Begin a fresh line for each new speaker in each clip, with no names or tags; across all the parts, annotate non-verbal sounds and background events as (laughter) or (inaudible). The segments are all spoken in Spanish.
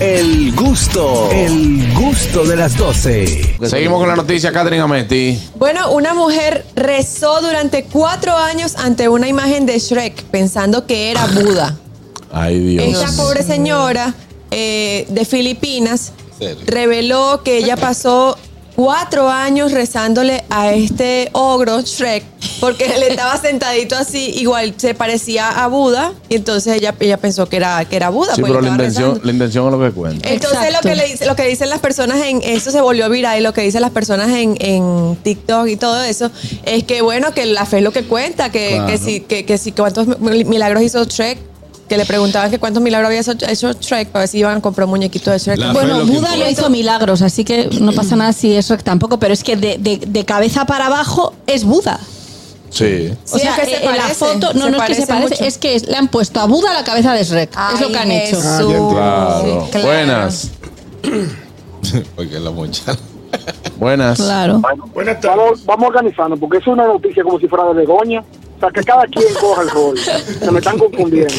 El gusto, el gusto de las 12.
Seguimos con la noticia, Catherine Ametti.
Bueno, una mujer rezó durante cuatro años ante una imagen de Shrek, pensando que era Buda.
Ay, Ah, Dios.
Esta pobre señora eh, de Filipinas reveló que ella pasó cuatro años rezándole a este ogro Shrek porque él estaba sentadito así, igual se parecía a Buda y entonces ella, ella pensó que era, que era Buda.
Sí,
porque
pero la
estaba
intención,
pues, rezando.
la intención es lo que cuenta.
Entonces lo
Exacto.
que, le dice- lo que dicen las personas en eso se volvió viral y lo que dicen las personas en, en TikTok y todo eso es que bueno que la fe es lo que cuenta que,
Claro.
que si que, que si cuántos mil- milagros hizo Shrek que le preguntaban que cuántos milagros había hecho- hecho Shrek para ver si iban a comprar muñequitos de Shrek.
La fe es
Bueno,
lo que
Buda
importa.
no hizo milagros, así que no pasa nada si eso tampoco, pero es que de, de- de cabeza para abajo es Buda.
Sí.
O
Sí,
sea,
es que se
eh, en la
parece,
foto, no,
se
no es que se
parece
parece,
mucho.
es que le han puesto a Buda la cabeza de Shrek. es lo que han hecho.
Jesús.
Ah, ya, claro.
Sí, claro.
(coughs)
Buenas,
Porque la mocha.
buenas.
Claro.
Buenas tardes.
Vamos, vamos organizando, porque es una noticia como si fuera de Begoña. O sea, que cada quien coja el rol. Se me están confundiendo.
(laughs)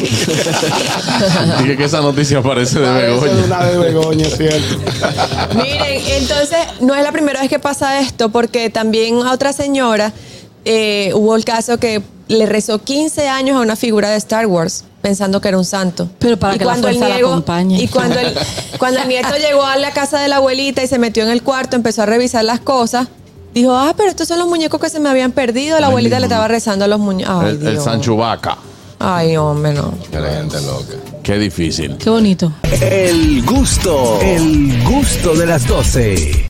Dije que esa noticia parece de
Eso es
Begoña.
una de Begoña, ¿cierto?
Miren, entonces no es la primera vez que pasa esto, porque también a otra señora eh, hubo el caso que le rezó 15 años a una figura de Star Wars pensando que era un santo.
Pero para que la fuerza la
niego-
acompañe.
Y cuando el, cuando el nieto llegó a la casa de la abuelita y se metió en el cuarto, empezó a revisar las cosas, dijo, ah, pero estos son los muñecos que se me habían perdido. La abuelita le estaba rezando a los muñecos. Ay,
El, el
Dios.
Sancho Vaca.
Ay, hombre, no.
La gente loca.
Qué difícil.
Qué bonito.
El gusto, el gusto de las 12.